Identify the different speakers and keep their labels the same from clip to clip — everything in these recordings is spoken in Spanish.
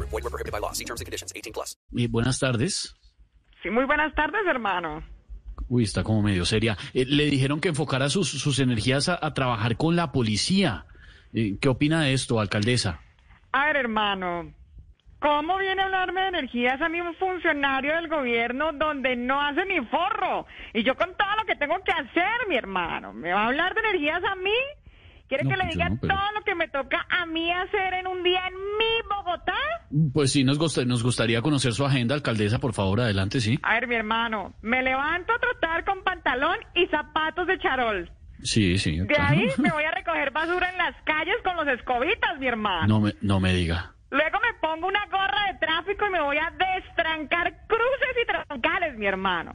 Speaker 1: Void were prohibited by law. See terms and conditions. 18 plus.
Speaker 2: Eh, buenas tardes.
Speaker 3: Sí, muy buenas tardes, hermano.
Speaker 2: Uy, está como medio seria. Eh, le dijeron que enfocara sus, sus energías a, a trabajar con la policía. Eh, ¿Qué opina de esto, alcaldesa?
Speaker 3: A ver, hermano, ¿cómo viene a hablarme de energías a mí un funcionario del gobierno donde no hace ni forro? Y yo con todo lo que tengo que hacer, mi hermano, ¿me va a hablar de energías a mí? ¿Quiere
Speaker 2: No,
Speaker 3: que le
Speaker 2: pues yo
Speaker 3: diga
Speaker 2: no, pero-
Speaker 3: todo lo que me toca a mí hacer en un día en mi Bogotá?
Speaker 2: Pues sí, nos, gusta- nos gustaría conocer su agenda, alcaldesa, por favor, adelante, sí.
Speaker 3: A ver, mi hermano, me levanto a trotar con pantalón y zapatos de charol.
Speaker 2: Sí, sí.
Speaker 3: De
Speaker 2: claro.
Speaker 3: ahí me voy a recoger basura en las calles con los escobitas, mi hermano.
Speaker 2: No me, no me diga.
Speaker 3: Luego me pongo una gorra de tráfico y me voy a destrancar cruces y troncales, mi hermano.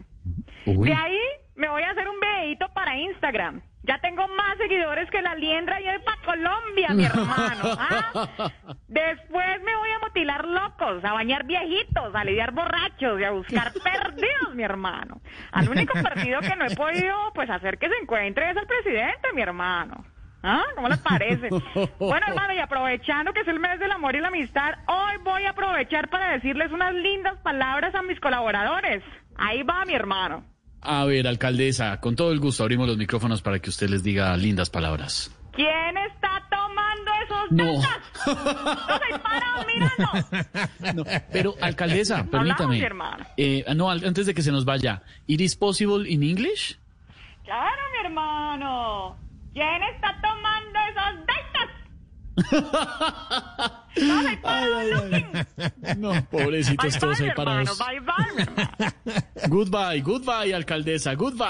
Speaker 2: Uy,
Speaker 3: De ahí me voy a hacer un videito para Instagram. Ya tengo más seguidores que la liendra y es para Colombia, mi hermano. ¿ah? Después me voy a motilar locos, a bañar viejitos, a lidiar borrachos y a buscar perdidos, mi hermano. Al único partido que no he podido pues hacer que se encuentre es el presidente, mi hermano. ¿Ah? ¿Cómo les parece? Bueno, hermano, y aprovechando que es el mes del amor y la amistad, hoy voy a aprovechar para decirles unas lindas palabras a mis colaboradores. Ahí va, mi hermano.
Speaker 2: a ver, alcaldesa, con todo el gusto abrimos los micrófonos para que usted les diga lindas palabras.
Speaker 3: ¿Quién está tomando esos
Speaker 2: No.
Speaker 3: datos? No soy parado mirando.
Speaker 2: No, pero, alcaldesa, permítame.
Speaker 3: hermano.
Speaker 2: Eh, no, al- antes de que se nos vaya, ¿it is possible in English?
Speaker 3: Claro, mi hermano. ¿Quién está tomando esos datos? No soy parado looking.
Speaker 2: No, pobrecitos
Speaker 3: Bye,
Speaker 2: todos
Speaker 3: bye,
Speaker 2: ahí
Speaker 3: hermano.
Speaker 2: parados.
Speaker 3: Bye, bye, mi hermano.
Speaker 2: Goodbye, goodbye, alcaldesa, goodbye.